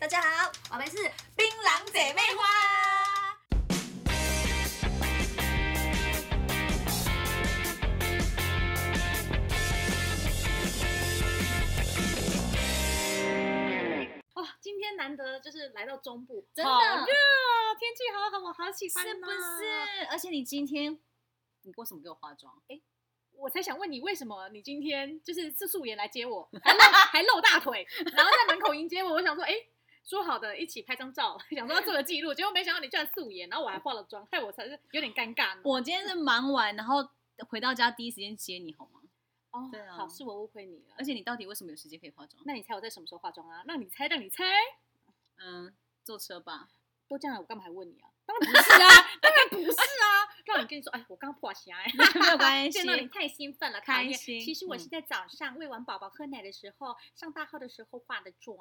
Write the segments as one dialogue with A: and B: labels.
A: 大家好，我们是槟榔姐妹花。
B: 哇，今天难得就是来到中部，
A: 真的
B: 好热
A: 啊
B: 哦，天气好好，我好喜欢、
A: 是不是？而且你今天，你为什么给我化妆？
B: 我才想问你，为什么你今天就是是素颜来接我，还露 还露大腿，然后在门口迎接我？我想说，哎、说好的一起拍张照， 想说要做个记录，结果没想到你居然素颜，然后我还化了妆，害我才是有点尴尬呢。
A: 我今天是忙完，然后回到家第一时间接你好吗？
B: 哦，
A: 对啊
B: 好，是我误会你了
A: 而。且你到底为什么有时间可以化妆？
B: 那你猜我在什么时候化妆啊？让你猜，让你猜，
A: 嗯，坐车吧。
B: 都这样了，我干嘛还问你啊？当然不是啊，当然不是啊， 让你跟你说，哎，我刚破鞋，
A: 没有关系
B: 见到你太兴奋了，
A: 开
B: 讨厌
A: 心
B: 其实我
A: 嗯
B: 是在早上喂完宝宝喝奶的时候，上大号的时候化的 妆。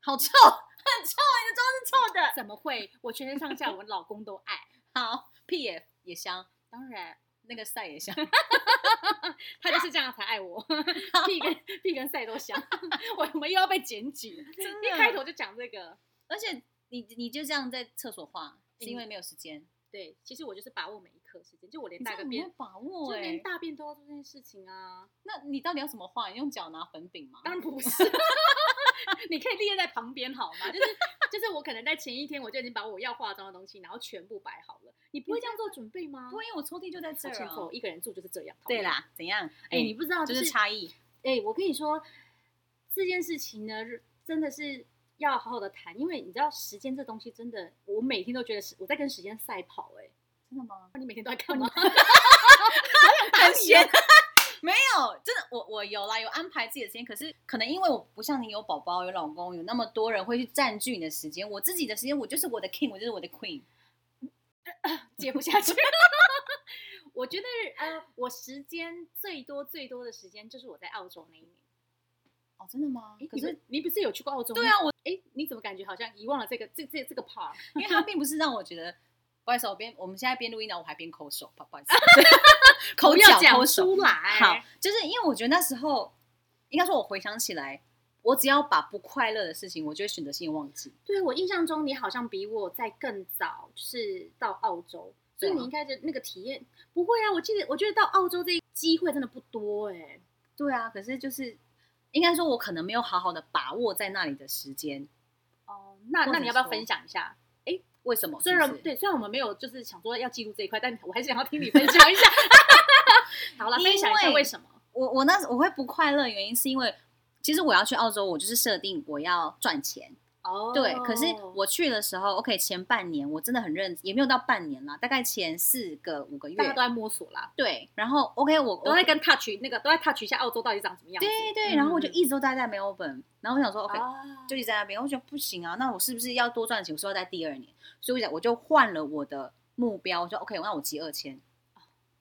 A: 好臭，很臭，你的妆是臭的。
B: 怎么会？我全身上下我老公都爱，
A: 好，屁也也香，
B: 当 然
A: 那个晒也香。
B: 他就是这样才爱 我，屁跟屁跟赛都香。我们又要被检举了，
A: 真
B: 一开头就讲这个。
A: 而且你你就这样在厕所化，是因为没有时间。
B: 对，其实我就是把握每一刻时间，就我连
A: 你
B: 大
A: 这
B: 个
A: 样没有
B: 便，
A: 把握
B: 就
A: 哎、
B: 连大便都要做这件事情啊。
A: 那你到底要怎么画？你用脚拿粉饼吗？
B: 当然不是， 你可以列在旁边好吗？就是就是我可能在前一天我就已经把我要化妆的东西，然后全部摆好了。你不会这样做准备吗？
A: 不会，因为我抽屉就在这
B: 小
A: 儿、
B: 前夫，
A: 啊
B: 我。一个人住就是这样。
A: 对，啦，怎样？
B: 哎、你不知道
A: 就是是差异。
B: 哎、我跟你说，这件事情呢，真的是要好好的谈，因为你知道时间这东西真的，我每天都觉得是我在跟时间赛跑、哎，
A: 真的吗？
B: 你每天都在干嘛？
A: 很闲。 没有，真的，我我有啦，有安排自己的时间，可是可能因为我不像你有宝宝、有老公，有那么多人会去占据你的时间，我自己的时间，我就是我的 king，我就是我的 queen。
B: 接不下去了。 我觉得，呃，我时间最多最多的时间就是我在澳洲那一年。
A: 哦，真的吗
B: 哎？
A: 可是
B: 你不是有去过澳洲？
A: 对
B: 啊，我哎、你怎么感觉好像遗忘了这个这这这个 part？
A: 因为他并不是让我觉得，不好意思，我边我们现在边录音呢，我还边抠手，不好意思，抠
B: 不要
A: 脚抠
B: 讲
A: 手。
B: 出来。
A: 好，就是因为我觉得那时候，应该说我回想起来，我只要把不快乐的事情，我就会选择性忘记。
B: 对我印象中，你好像比我在更早，就是到澳洲，所
A: 对
B: 以
A: 啊
B: 你应该的那个体验不会啊。我记得，我觉得到澳洲这一机会真的不多哎、
A: 对啊，可是就是应该说，我可能没有好好的把握在那里的时间。
B: 哦，那
A: 或者
B: 那你要不要
A: 说
B: 分享一下？
A: 为什么？
B: 虽
A: 是
B: 然
A: 不是，
B: 对，虽然我们没有就是想说要记录这一块，但我还是想要听你分享一下。 好了，
A: 因
B: 分享一下
A: 为
B: 为什么？
A: 我我那时我会不快乐，原因是因为其实我要去澳洲，我就是设定我要赚钱。
B: 哦
A: 对，可是我去的时候，OK，前半年我真的很认，也没有到半年啦，大概前四个五个月
B: 大，家都在摸索啦，
A: 对，然后哦 OK，我
B: 都
A: 我
B: 在跟 touch 那个都在 touch 一下澳洲到底长什么样子。
A: 对对，
B: 嗯
A: 然后我就一直都待在 Melbourne，然后我想说 OK，、
B: 啊，
A: 就一直在那边，我觉得不行啊，那我是不是要多赚钱？我说要在第二年，所以我想我就换了我的目标，我说 OK，那我集二千，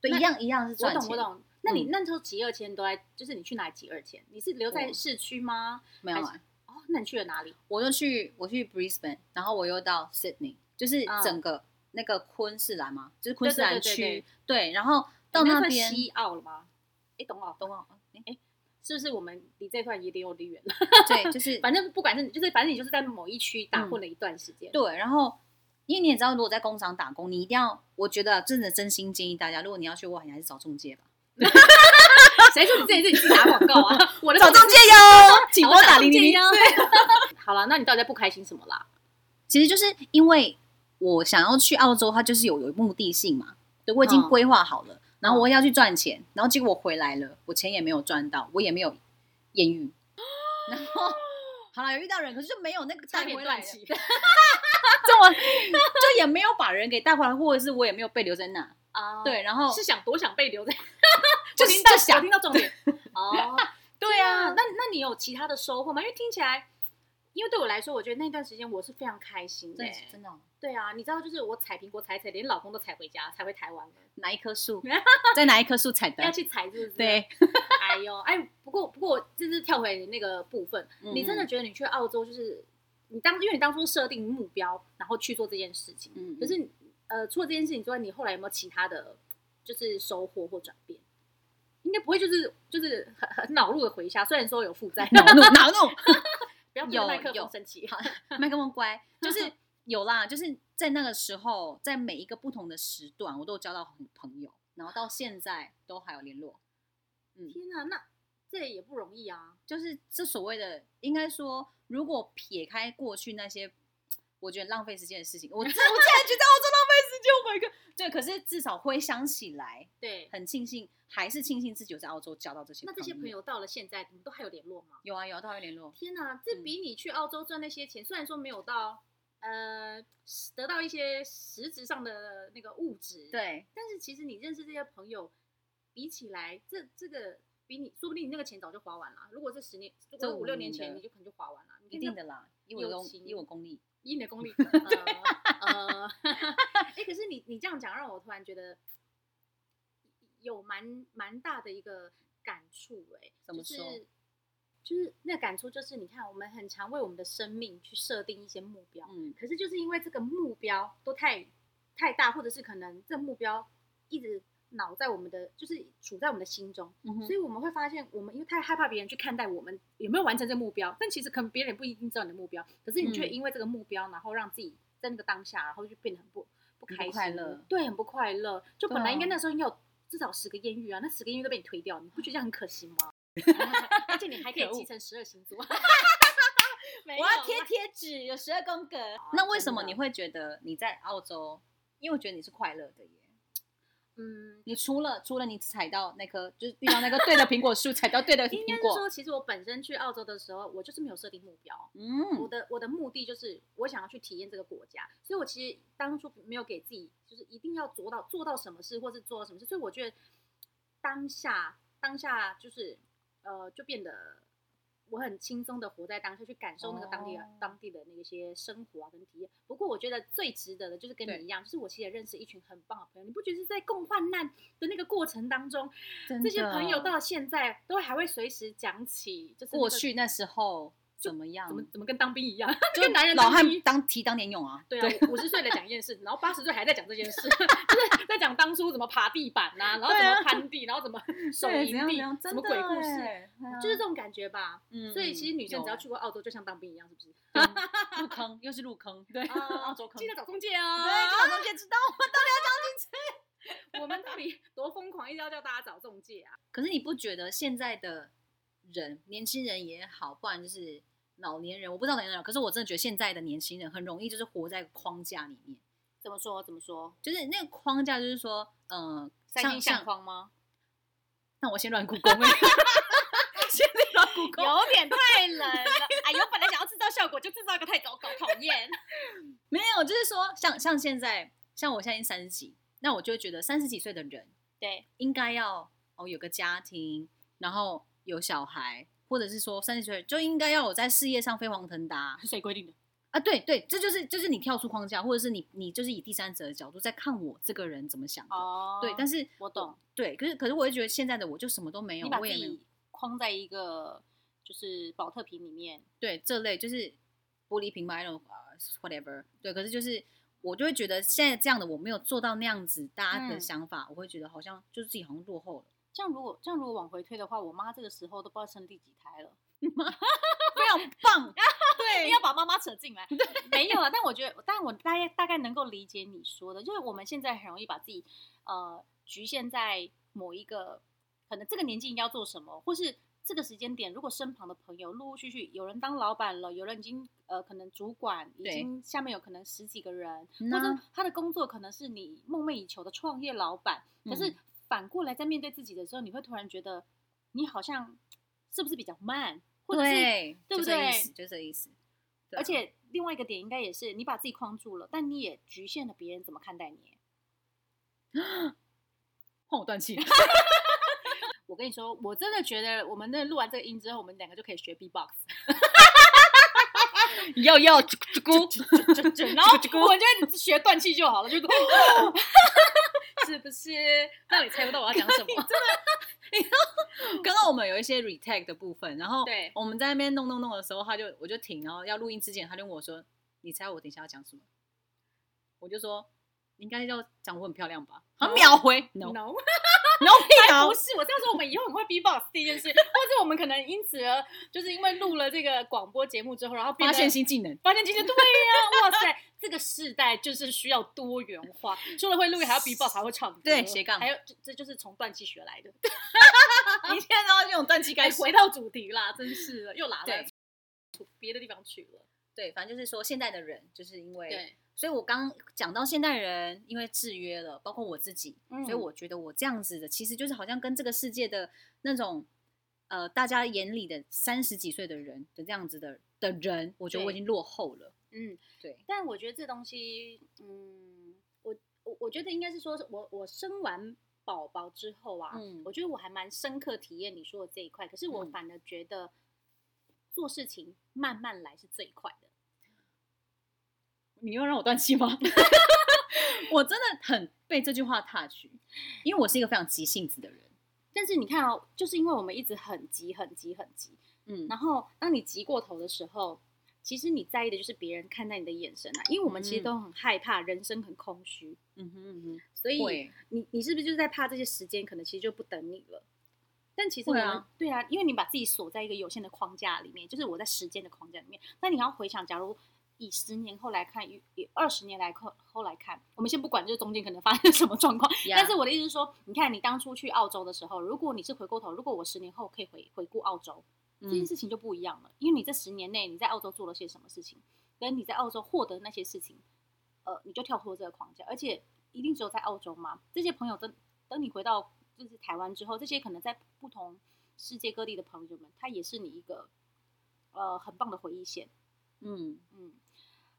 A: 对，
B: 哦那
A: 一样一样是
B: 我
A: 赚钱，
B: 懂我懂。那你
A: 嗯
B: 那时候集二千都在，就是你去哪里集二千？你是留在
A: 我
B: 市区吗？
A: 没有、
B: 还
A: 啊，
B: 哦，那你去了哪里？
A: 我就去我去 Brisbane，然后我又到 Sydney，就是
B: 嗯
A: 整个那个昆士兰嘛，就是昆士
B: 对
A: 兰
B: 对对
A: 区，
B: 对
A: 对，然后到
B: 诶
A: 那
B: 算
A: 边
B: 西澳了吗？哎，懂了，
A: 东澳，诶
B: 是不是我们离这块也得有点远了？
A: 对， 就是
B: 反正不管是你，就是反正你就是在某一区打
A: 嗯
B: 混了一段时间。
A: 对，然后因为你也知道，如果在工厂打工，你一定要，我觉得真的真心建议大家，如果你要去外海，你还是找中介吧，
B: 谁说你自己自己自己打广告啊？ 我的
A: 找中介 哟，请拨打零零零。
B: 零。好了，那你到底在不开心什么啦？
A: 其实就是因为我想要去澳洲，它就是有有目的性嘛，对我已经
B: 嗯
A: 规划好了，然后我要去赚钱，然后结果我回来了，我钱也没有赚到，我也没有艳遇，然 后。好了，有遇到人，可是就没有那个带回来的，
B: 期
A: 就我就也没有把人给带回来，或者是我也没有被留在那。
B: 啊，
A: 对，然后
B: 是想多想被留在，
A: 哦就
B: 我
A: 是
B: 听到
A: 就想
B: 我听到重 点。哦，
A: 对
B: 啊，
A: 啊，
B: 那那你有其他的收获吗？因为听起来，因为对我来说，我觉得那段时间我是非常开心的
A: 真
B: 欸、
A: 的真的哦、
B: 对啊，你知道，就是我采苹果采一采，连老公都采回家，采回台湾了，
A: 哪一 棵树，在哪一棵树采
B: 要
A: 的？
B: 去采是不是？
A: 对，
B: 哎呦，哎，不过不过，这是跳回那个部分，
A: 嗯
B: 你真的觉得你去澳洲就是你当，因为你当初设定目标，然后去做这件事情，
A: 嗯，嗯
B: 可是呃，除了这件事情之外，你后来有没有其他的，就是收获或转变？ 应该不会，就是就是很很恼怒的回家，虽然说有负债，
A: 恼怒恼怒，
B: 不要对着
A: 有
B: 麦克风
A: 有
B: 生气。
A: 好 麦克风乖，就是有啦，就是在那个时候，在每一个不同的时段，我都有交到很朋友，然后到现在都还有联络。嗯，
B: 天哪，那这也不容易啊。
A: 就是这所谓的，应该说，如果撇开过去那些我觉得浪费时间的事情，我我竟然觉得我做浪费时间，Oh my god！对，可是至少回想起来，
B: 对，
A: 很庆幸，还是庆幸自己有在澳洲交到这些
B: 那这些朋
A: 朋
B: 友到了现在，你们都还有联络吗？
A: 有啊有啊，都还有联络。
B: 天哪，这
A: 嗯
B: 比你去澳洲赚那些钱，虽然说没有到呃得到一些实质上的那个物质，，
A: 对，
B: 但是其实你认识这些朋友比起来，这这个比你说不定你那个钱早就花完了。如果是十年，如果
A: 这
B: 是五六
A: 五
B: 年
A: 年
B: 前，
A: 的
B: 你就可能就花完了。你
A: 一
B: 看
A: 定
B: 这
A: 的啦，以
B: 友
A: 我功
B: 情
A: 以我功力，
B: 以你的 功力，呃， 呃哎、可是你你这样讲，让我突然觉得有蛮蛮大的一个感触、哎，
A: 怎么说
B: 就是就是那感触，就是你看，我们很常为我们的生命去设定一些目标，
A: 嗯，
B: 可是就是因为这个目标都太太大，或者是可能这目标一直脑在我们的，就是处在我们的心中，
A: 嗯哼
B: 所以我们会发现，我们因为太害怕别人去看待我们有没有完成这个目标，但其实可能别人不一定知道你的目标，可是你却
A: 嗯
B: 因为这个目标，然后让自己在那个当下，然后就变得很不不
A: 很
B: 开
A: 不
B: 心，
A: 快乐
B: 对，很不快乐。就本来
A: 对啊
B: 应该那时候你有至少十个艳遇啊，那十个艳遇都被你推掉，你不觉得这样很可惜吗？而且你 还可以
A: 可恶
B: 继承十二星座，没有
A: 我要
B: 啦
A: 贴贴纸，有十二宫格。那为什么
B: 真的
A: 你会觉得你在澳洲？因为我觉得你是快乐的耶。
B: 嗯，
A: 你除了除了你踩到那棵，就是遇到那个对的苹果树，踩到对 的
B: 应该
A: 苹
B: 是
A: 果，
B: 说，其实我本身去澳洲的时候，我就是没有设定目标，我
A: 嗯，
B: 的我的目的就是我想要去体验这个国家，所以我其实当初没有给自己就是一定要做到做到什么事，或是做到什么事，所以我觉得当下当下就是呃就变得我很轻松的活在当下，去感受那个当地的、
A: 哦
B: 当地的那些生活啊跟体验。不过我觉得最值得的就是跟
A: 对
B: 你一样，就是我其实也认识一群很棒的朋友，你不觉得是在共患难的那个过程当中，
A: 真
B: 这些
A: 的
B: 朋友到现在都还会随时讲起，就是那个
A: 过去那时候怎么样？
B: 怎么怎么跟当兵一样，
A: 就
B: 跟男人
A: 老
B: 当
A: 汉
B: 兵
A: 当提当年勇啊？
B: 对啊，五十岁的讲一件事，然后八十岁还在讲这件事， 就是在讲当初怎么爬地板呐、然后怎
A: 对
B: 么
A: 啊
B: 攀地，然后怎 么手
A: 对，怎
B: 营
A: 样
B: 地
A: 怎样，，
B: 什
A: 真
B: 么
A: 的
B: 鬼故事，
A: 耶，对啊
B: 就是这种感觉吧。
A: 嗯
B: 所以其实女生只要
A: 去
B: 去过澳洲，就像当兵一样，是不是？
A: 入坑，又是入坑，对，
B: 啊
A: 澳 洲坑，
B: 记得找中介
A: 对，
B: 哦。
A: 这种东西知道我们到底要
B: 我们到底多疯狂，一直要叫大家找中介啊？
A: 可是你不觉得现在的人，年轻人也好，不然就是老年人，我不知道老年人，可是我真的觉得现在的年轻人很容易就是活在框架里面，
B: 怎么说？怎么说？
A: 就是那个框架就是说，呃，像像，
B: 框吗？
A: 那我先乱故宫， 先乱故宫，
B: 有点太冷了。哎呦，本来想要制造效果，就制造一个太糟糕，讨厌。
A: 没有，就是说，像像现在，像我现在已经三十几，那我就会觉得三十几岁的人
B: 对，
A: 应该要哦有个家庭，然后有小孩，或者是说三十岁就应该要有在事业上飞黄腾达，
B: 是谁规定的？
A: 啊，对对，这就是就是你跳出框架，或者是你你就是以第三者的角度在看我这个人怎么想的。
B: 哦
A: 对，但是
B: 我懂。
A: 对，可是可是我会觉得现在的我就什么都没有，
B: 你把
A: 我
B: 自
A: 也没有
B: 己框在一个就是保特瓶里面，
A: 对这类就是玻璃瓶吧，那种啊 whatever。对，可是就是我就会觉得现在这样的我没有做到那样子大家的
B: 嗯
A: 想法，我会觉得好像就是自己好像落后了。
B: 这样如果这样如果往回推的话，我妈这个时候都不知道生第几胎了，
A: 非常棒，
B: 硬
A: 对
B: 要把妈妈扯进来。没有啊，但我觉得，但我大概大概能够理解你说的，就是我们现在很容易把自己呃局限在某一个，可能这个年纪应该要做什么，或是这个时间点，如果身旁的朋友陆陆续续有人当老板了，有人已经呃可能主管，已
A: 对
B: 经下面有可能十几个人，
A: 嗯
B: 或者
A: 啊
B: 他的工作可能是你梦寐以求的创业老板，可是
A: 嗯
B: 反过来在面对自己的时候，你会突然觉得你好像是不是比较慢，或者是
A: 对，
B: 对不
A: 就这
B: 对
A: 意思，就这意思。对啊
B: 而且 另外一个点应该也是，你把自己框住了，但你也局限了别人怎么看待你。
A: 换我断 气，
B: 我跟你说，我真的觉得我们那录完这个音之后，我们两个就可以学 B-box，
A: 要要 咕咕，
B: 然后我们就会学断气就好了， 就是不是？让你猜不到我要讲什 么。
A: 刚刚我们有一些 retake 的部分，然后
B: 对
A: 我们在那边弄弄弄的时候，他就我就停，然后要录音之前，他就问我说：“你猜我等一下要讲什么？”我就说：“你应该要讲我很漂亮吧？”他秒回哦 no，
B: No，
A: 然后屁
B: 才
A: 啊
B: 不！是，我是要说我们以后很会 B-box 这件事，或者我们可能因此而就是因为录了这个广播节目之后，然后变
A: 发
B: 得
A: 现新 技能，
B: 发现今天对呀、哇塞， 这个世代就是需要多元化，除了会录音，还要 B-box，还会唱歌，
A: 对斜杠
B: 还有这这就是从断气学来的。
A: 你现在都要用断气
B: 该
A: 该
B: 回到主题啦，真是的，又拉了
A: 对，
B: 别的地方去了。
A: 对，反正就是说现代的人，就是因为
B: 对，
A: 所以我刚讲到现代人，因为制约了，包括我自己，
B: 嗯
A: 所以我觉得我这样子的，其实就是好像跟这个世界的那种，呃，大家眼里的三十几岁的人的这样子的的人，我觉得我已
B: 对
A: 经落后了。
B: 嗯，
A: 对，
B: 但我觉得这东西，嗯，我我我觉得应该是说，我我生完宝宝之后啊，
A: 嗯
B: 我觉得我还蛮深刻体验你说的这一块，可是我
A: 嗯
B: 反而觉得做事情慢慢来是最快的。
A: 你又让我断气吗？ 我真的很被这句话 touch，因为我是一个非常急性子的人。
B: 但是你看哦，就是因为我们一直很急、很急、很急，
A: 嗯，
B: 然后当你急过头的时候，其实你在意的就是别人看待你的眼神啊，因为我们其实
A: 嗯
B: 都很害怕，人生很空虚，
A: 嗯哼嗯
B: 所
A: 哼，
B: 以
A: 会
B: 你你是不是就是在怕这些时间可能其实就不等你了？但其实
A: 会
B: 你
A: 啊
B: 们对啊，因为你把自己锁在一个有限的框架里面，就是我在时间的框架里面。那你要回想，假如以十年后来看，以以二十年来看后来看，我们先不管这中间可能发生什么状况，
A: 呀
B: 但是我的意思是说，你看你当初去澳洲的时候，如果你是回过头，如果我十年后可以回回顾澳洲，这件
A: 嗯
B: 事情就不一样了，因为你这十年内你在澳洲做了些什么事情，跟你在澳洲获得那些事情，呃，你就跳脱这个框架，而且一定只有在澳洲吗？这些朋友等等你回到就是台湾之后，这些可能在不同世界各地的朋友们，他也是你一个呃很棒的回忆线，
A: 嗯，
B: 嗯，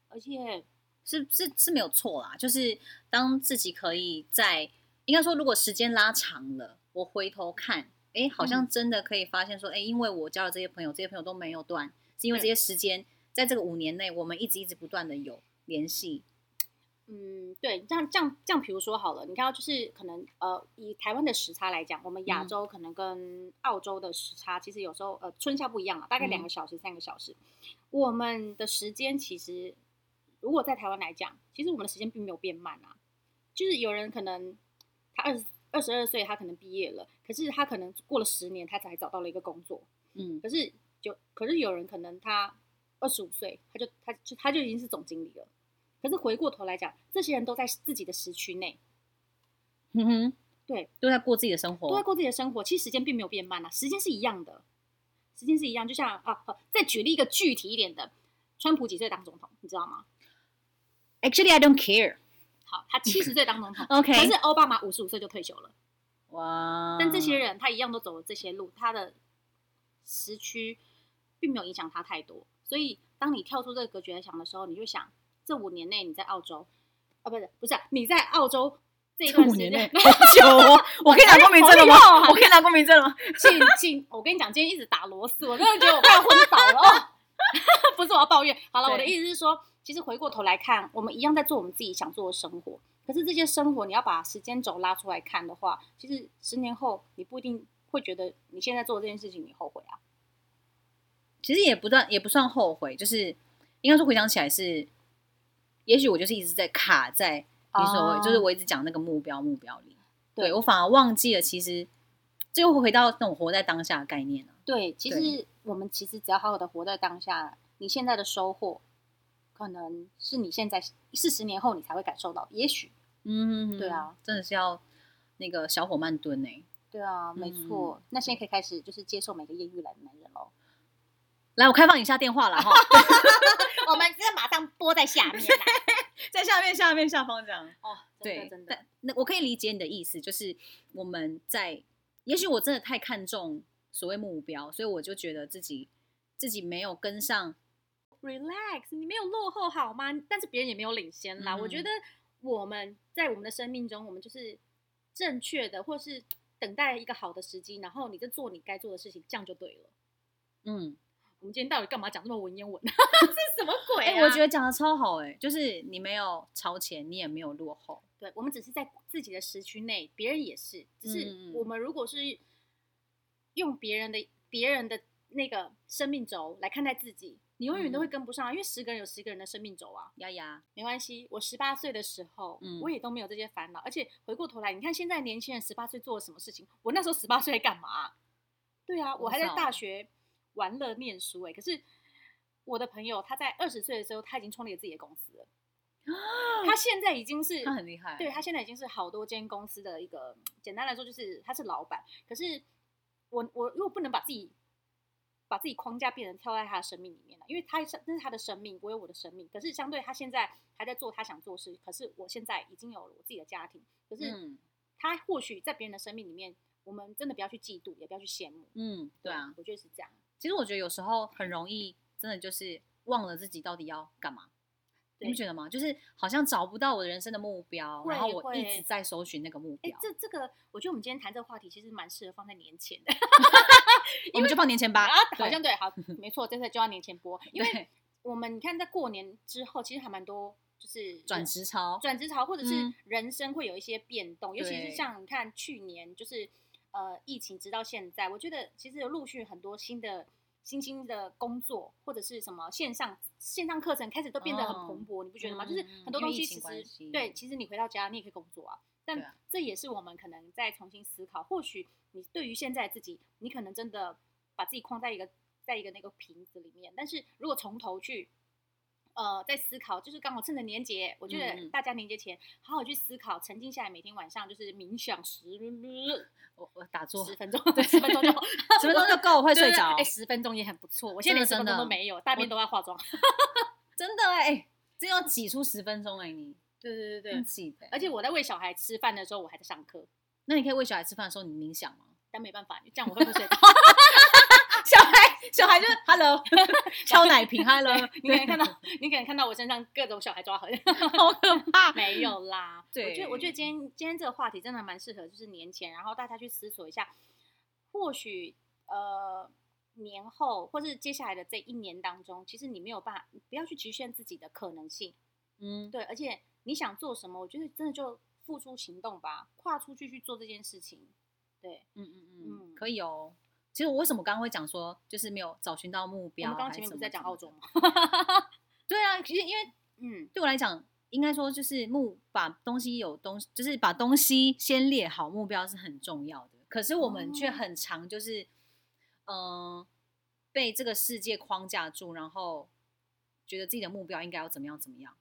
B: 而且
A: 是是是没有错啦，就是当自己可以在应该说，如果时间拉长了，我回头看，哎，好
B: 嗯
A: 像真的可以发现说，哎，因为我交了这些朋友，这些朋友都没有断，是因为这
B: 对
A: 些时间在这个五年内，我们一直一直不断的有联系。
B: 嗯，对，这样这样这样，比如说好了，你看到就是可能呃，以台湾的时差来讲，我们亚
A: 嗯
B: 洲可能跟澳洲的时差其实有时候呃春夏不一样啊，大概两
A: 嗯
B: 个小时、三个小时。我们的时间其实如果在台湾来讲，其实我们的时间并没有变慢啊。就是有人可能他二十二十二岁，他可能毕业了，可是他可能过了十年，他才找到了一个工作。
A: 嗯
B: 可是就可是有人可能他二十五岁，他就他就他就已经是总经理了。可是回过头来讲，这些人都在自己的时区内，
A: 哼嗯哼，
B: 对，
A: 都在过自己的生
B: 都在
A: 活。
B: 过自己的生活，其实时间并没有变慢啊，时间是一样的，时间是一样。就像啊，好再举例一个具体一点的，川普几岁当总统，你知道吗？
A: Actually, I don't care.，
B: 好，他七十岁当总统
A: OK，
B: 可是奥巴马五十五岁就退休了。
A: 哇，
B: 但这些人他一样都走了这些路，他的时区并没有影响他太多。所以当你跳出这个格局来想的时候，你就想，这五年内你在澳洲，啊，不是不是啊、你在澳洲这一
A: 这
B: 段
A: 五
B: 时
A: 年
B: 间
A: 内 好久哦，我可以拿公民证了
B: 好啊
A: 吗？
B: 厉害
A: 我可以拿公民证了吗？
B: 请请，我跟你讲，今天一直打螺丝，我真的觉得我快要昏倒了。哦、 不是我要抱怨，好了，
A: 对
B: 我的意思是说，其实回过头来看，我们一样在做我们自己想做的生活。可是这些生活，你要把时间轴拉出来看的话，其实十年后你不一定会觉得你现在做这件事情你后悔啊。
A: 其实也不算也不算后悔，就是应该说回想起来是，也许我就是一直在卡在你所谓，
B: 哦
A: 就是我一直讲那个目标目标里，
B: 对
A: 对我反而忘记了，其实这又回到那种活在当下的概念啊了、
B: 对，其
A: 对
B: 实我们其实只要好好的活在当下，你现在的收获，可能是你现在四十年后你才会感受到，也许。
A: 嗯，
B: 对啊，
A: 真的是要那个小火慢炖呢、
B: 对啊，没错。那现在可以开始就是接受每个艳遇来的男人喽。
A: 来，我开放一下电话了哈，
B: 我们这马上播在下 面啦。
A: 在下面下面下方这样。
B: 哦，真的
A: 对
B: 真，的
A: 但，那我可以理解你的意思，就是我们在，也许我真的太看重所谓目标，所以我就觉得自己自己没有跟上。
B: relax，你没有落后好吗？但是别人也没有领先啦。
A: 嗯
B: 我觉得我们在我们的生命中，我们就是正确的，或是等待一个好的时机，然后你就做你该做的事情，这样就对了。
A: 嗯，
B: 我们今天到底干嘛讲这么文言文？啊这什么鬼、
A: 哎、
B: 啊
A: 我觉得讲的超好、哎，就是你没有超前，你也没有落后。
B: 对，我们只是在自己的时区内，别人也是，只
A: 嗯嗯
B: 是
A: 嗯
B: 我们如果是用别人的别人的那个生命轴来看待自己，你永远都
A: 嗯
B: 会跟不上啊，因为十个人有十个人的生命轴啊。
A: 丫丫，
B: 没关系，我十八岁的时候，
A: 嗯
B: 我也都没有这些烦恼。而且回过头来，你看现在年轻人十八岁做了什么事情？我那时候十八岁在干嘛？对啊，
A: 不
B: 我还在
A: 知道
B: 大学玩乐念书哎、可是我的朋友他在二十岁的时候，他已经创立了自己的公司 了。他现在已经是
A: 他很厉害，
B: 对他现在已经是好多间公司的一个，简单来说就是他是老板。可是我我如果不能把自己把自己框架变成跳在他的生命里面了，因为他是那是他的生命，我有我的生命。可是相对他现在还在做他想做的事，可是我现在已经有了我自己的家庭。可是
A: 嗯
B: 他或许在别人的生命里面，我们真的不要去嫉妒，也不要去羡慕。
A: 嗯，对啊，
B: 我觉得是这样。
A: 其实我觉得有时候很容易，真的就是忘了自己到底要干嘛。你不
B: 对
A: 觉得吗？就是好像找不到我的人生的目标，
B: 会
A: 然后我
B: 会
A: 一直在搜寻那个目
B: 哎
A: 标，。
B: 这这个，我觉得我们今天谈这个话题，其实蛮适合放在年前的。
A: 我们就放年前吧
B: 啊，， 好
A: 对
B: 像对，好，没错，这次就要年前播，因为
A: 对
B: 我们你看，在过年之后，其实还蛮多就是
A: 转
B: 人
A: 职潮，
B: 转职潮，或者是
A: 嗯
B: 人生会有一些变动，尤其
A: 对
B: 是像你看去年就是呃疫情直到现在，我觉得其实有陆续很多新的。新兴的工作或者是什么线上线上课程开始都变得很
A: 哦
B: 蓬勃，你不觉得吗？
A: 嗯
B: 就是
A: 嗯嗯
B: 很多
A: 因
B: 东
A: 为疫
B: 西
A: 情
B: 其
A: 关
B: 实
A: 系
B: 对，其实你回到家你也可以工作啊。
A: 对啊
B: 但这也是我们可能在重新思考，或许你对于现在自己，你可能真的把自己框在一个在一个那个瓶子里面，但是如果从头去。呃，在思考，就是刚好趁着年节，我觉
A: 嗯嗯
B: 得大家年节前好好去思考，沉浸下来，每天晚上就是冥想十
A: 我我打坐
B: 十分钟，
A: 对
B: 十分钟就好
A: 十 分钟就够，会
B: 对对
A: 睡
B: 对
A: 着
B: 哎，，十分钟也很不错。我现在连十
A: 真
B: 分
A: 的真
B: 钟
A: 的
B: 都没有，大便
A: 我
B: 都要化妆。
A: 真的哎，只有挤出十分钟哎，你
B: 对对对
A: 用挤的，
B: 而且我在喂小孩吃饭的时候，我还在上课，
A: 那你可以喂小孩吃饭的时候你冥想吗？
B: 但没办法，这样我会不睡着。
A: 小孩 小孩就是 hello 敲奶瓶 hello，
B: 哎你可能 看到，你可能看到我身上各种小孩抓痕，
A: 好可怕，
B: 没有啦。
A: 对
B: 我觉得我觉得今天今天这个话题真的蛮适合，就是年前，然后大家去思索一下，或许呃年后或是接下来的这一年当中，其实你没有办法，不要去局限自己的可能性。
A: 嗯，
B: 对，而且你想做什么，我觉得真的就付出行动吧，跨出去去做这件事情。对，
A: 嗯嗯嗯，
B: 嗯
A: 可以哦。其实我为什么刚刚会讲说，就是没有找寻到目
B: 我
A: 标？
B: 们刚刚前面不是在讲澳洲？吗？
A: 对啊，其实因为
B: 嗯，
A: 对我来讲，应该说就是目把东西有东西，就是把东西先列好，目标是很重要的。可是我们却
B: 哦
A: 很常就是，嗯、被这个世界框架住，然后觉得自己的目标应该要怎么样怎么样，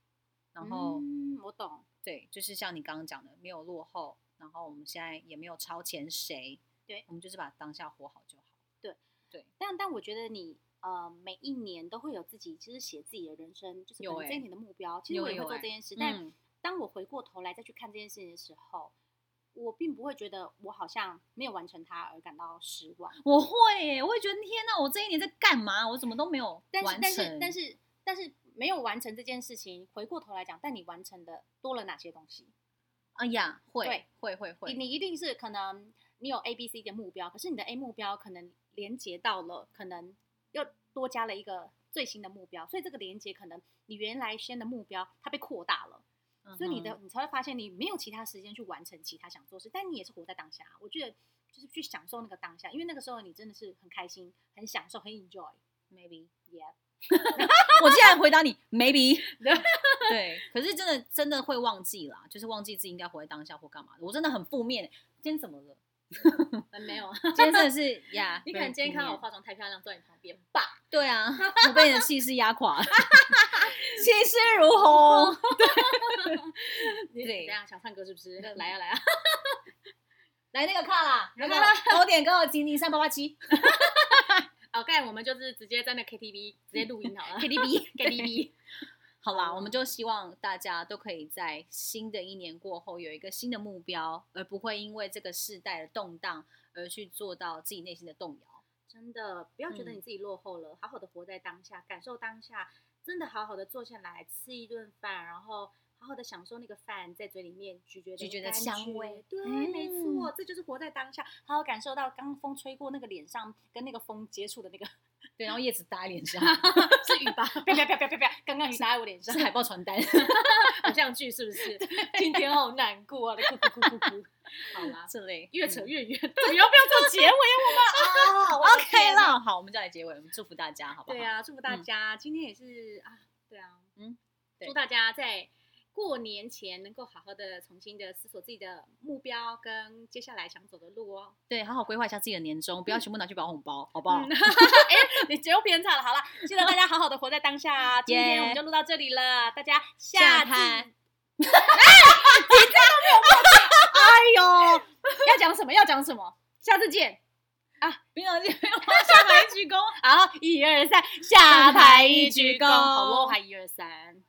A: 然后、
B: 嗯，我懂。
A: 对，就是像你刚刚讲的，没有落后，然后我们现在也没有超前谁，
B: 对
A: 我们就是把当下活好就好。
B: 但但我觉得你呃每一年都会有自己就是写自己的人生，就是
A: 有
B: 可能这
A: 欸
B: 一年的目标。其实
A: 有
B: 我也
A: 欸
B: 会
A: 有
B: 做
A: 欸
B: 这件事，但
A: 嗯，
B: 当我回过头来再去看这件事情的时候，我并不会觉得我好像没有完成它而感到失望。
A: 我会耶，我会觉得天哪，我这一年在干嘛？我怎么都没有
B: 但是
A: 完
B: 但
A: 成
B: 是？但是但是没有完成这件事情，回过头来讲，但你完成的多了哪些东西？
A: 哎呀，会
B: 对
A: 会会会，
B: 你你一定是可能你有 A、B、C 的目标，可是你的 A 目标可能连接到了，可能又多加了一个最新的目标，所以这个连接可能你原来先的目标它被扩大了，
A: 嗯
B: 所以你的
A: 哼
B: 你才会发现你没有其他时间去完成其他想做的事，但你也是活在当下啊。我觉得就是去享受那个当下，因为那个时候你真的是很开心、很享受、很 enjoy。
A: maybe，
B: Yeah，
A: 我竟然回答你 maybe，对，可是真的真的会忘记啦，就是忘记自己应该活在当下或干嘛的。我真的很负面耶，今天怎么了？
B: 呃没 有，
A: 今天真的是呀，
B: 你可能今天看到我
A: 负面
B: 化妆太漂亮，坐在你旁边吧。
A: 对啊，我被你的气势压垮， 气势如 虹。
B: 你
A: 对
B: 怎样想唱歌是不是
A: 对？
B: 来啊来啊！
A: 来那个卡 啦，那个九点跟我吉尼三八八七
B: 哦，刚才我们就是直接在那 KTV 直接录音好 了。
A: KTV
B: KTV
A: 好啦，我们就希望大家都可以在新的一年过后有一个新的目标，而不会因为这个世代的动荡而去做到自己内心的动摇。
B: 真的不要觉得
A: 嗯
B: 你自己落后了，好好的活在当下，感受当下，真的好好的坐下来吃一顿饭，然后好好的享受那个饭在嘴里面咀嚼的
A: 咀嚼的
B: 感
A: 香
B: 觉
A: 味
B: 对，
A: 嗯
B: 没错，这就是活在当下，好好感受到刚刚风吹过那个脸上跟那个风接触的那个
A: 对，然后叶子打在 脸上，
B: 是雨吧？啪啪啪啪啪啪，刚刚雨打在我脸上
A: 是，海报传 单，
B: 偶像剧是不 是？今天好难过啊！咕咕咕咕咕。 好啦，
A: 这类
B: 越扯越远，怎么要不要做结尾 啊？
A: 哦
B: 我的
A: ，OK
B: 天哪
A: 了，好，我们就来结尾，我们祝福大家，好不好？
B: 对啊，祝福大
A: 嗯
B: 家今天也是啊，对啊，
A: 嗯
B: 嗯，
A: 对
B: 祝大家在过年前能够好好的重新的思索自己的目标跟接下来想走的路哦。
A: 对，好好规划一下自己的年终，不要全部拿去包红包，好不好
B: 嗯，？哎，你只有偏差了。好了，记得大家好好的活在当下啊！今天我们就录到这里了，大家
A: 下
B: 下次
A: 台
B: 哎呦，要讲什么？要讲什么？下次见。
A: 不要，不要下台一鞠躬。
B: 好，一二三，下台一鞠躬。
A: 好
B: 好
A: 咯
B: 喽，还一二三。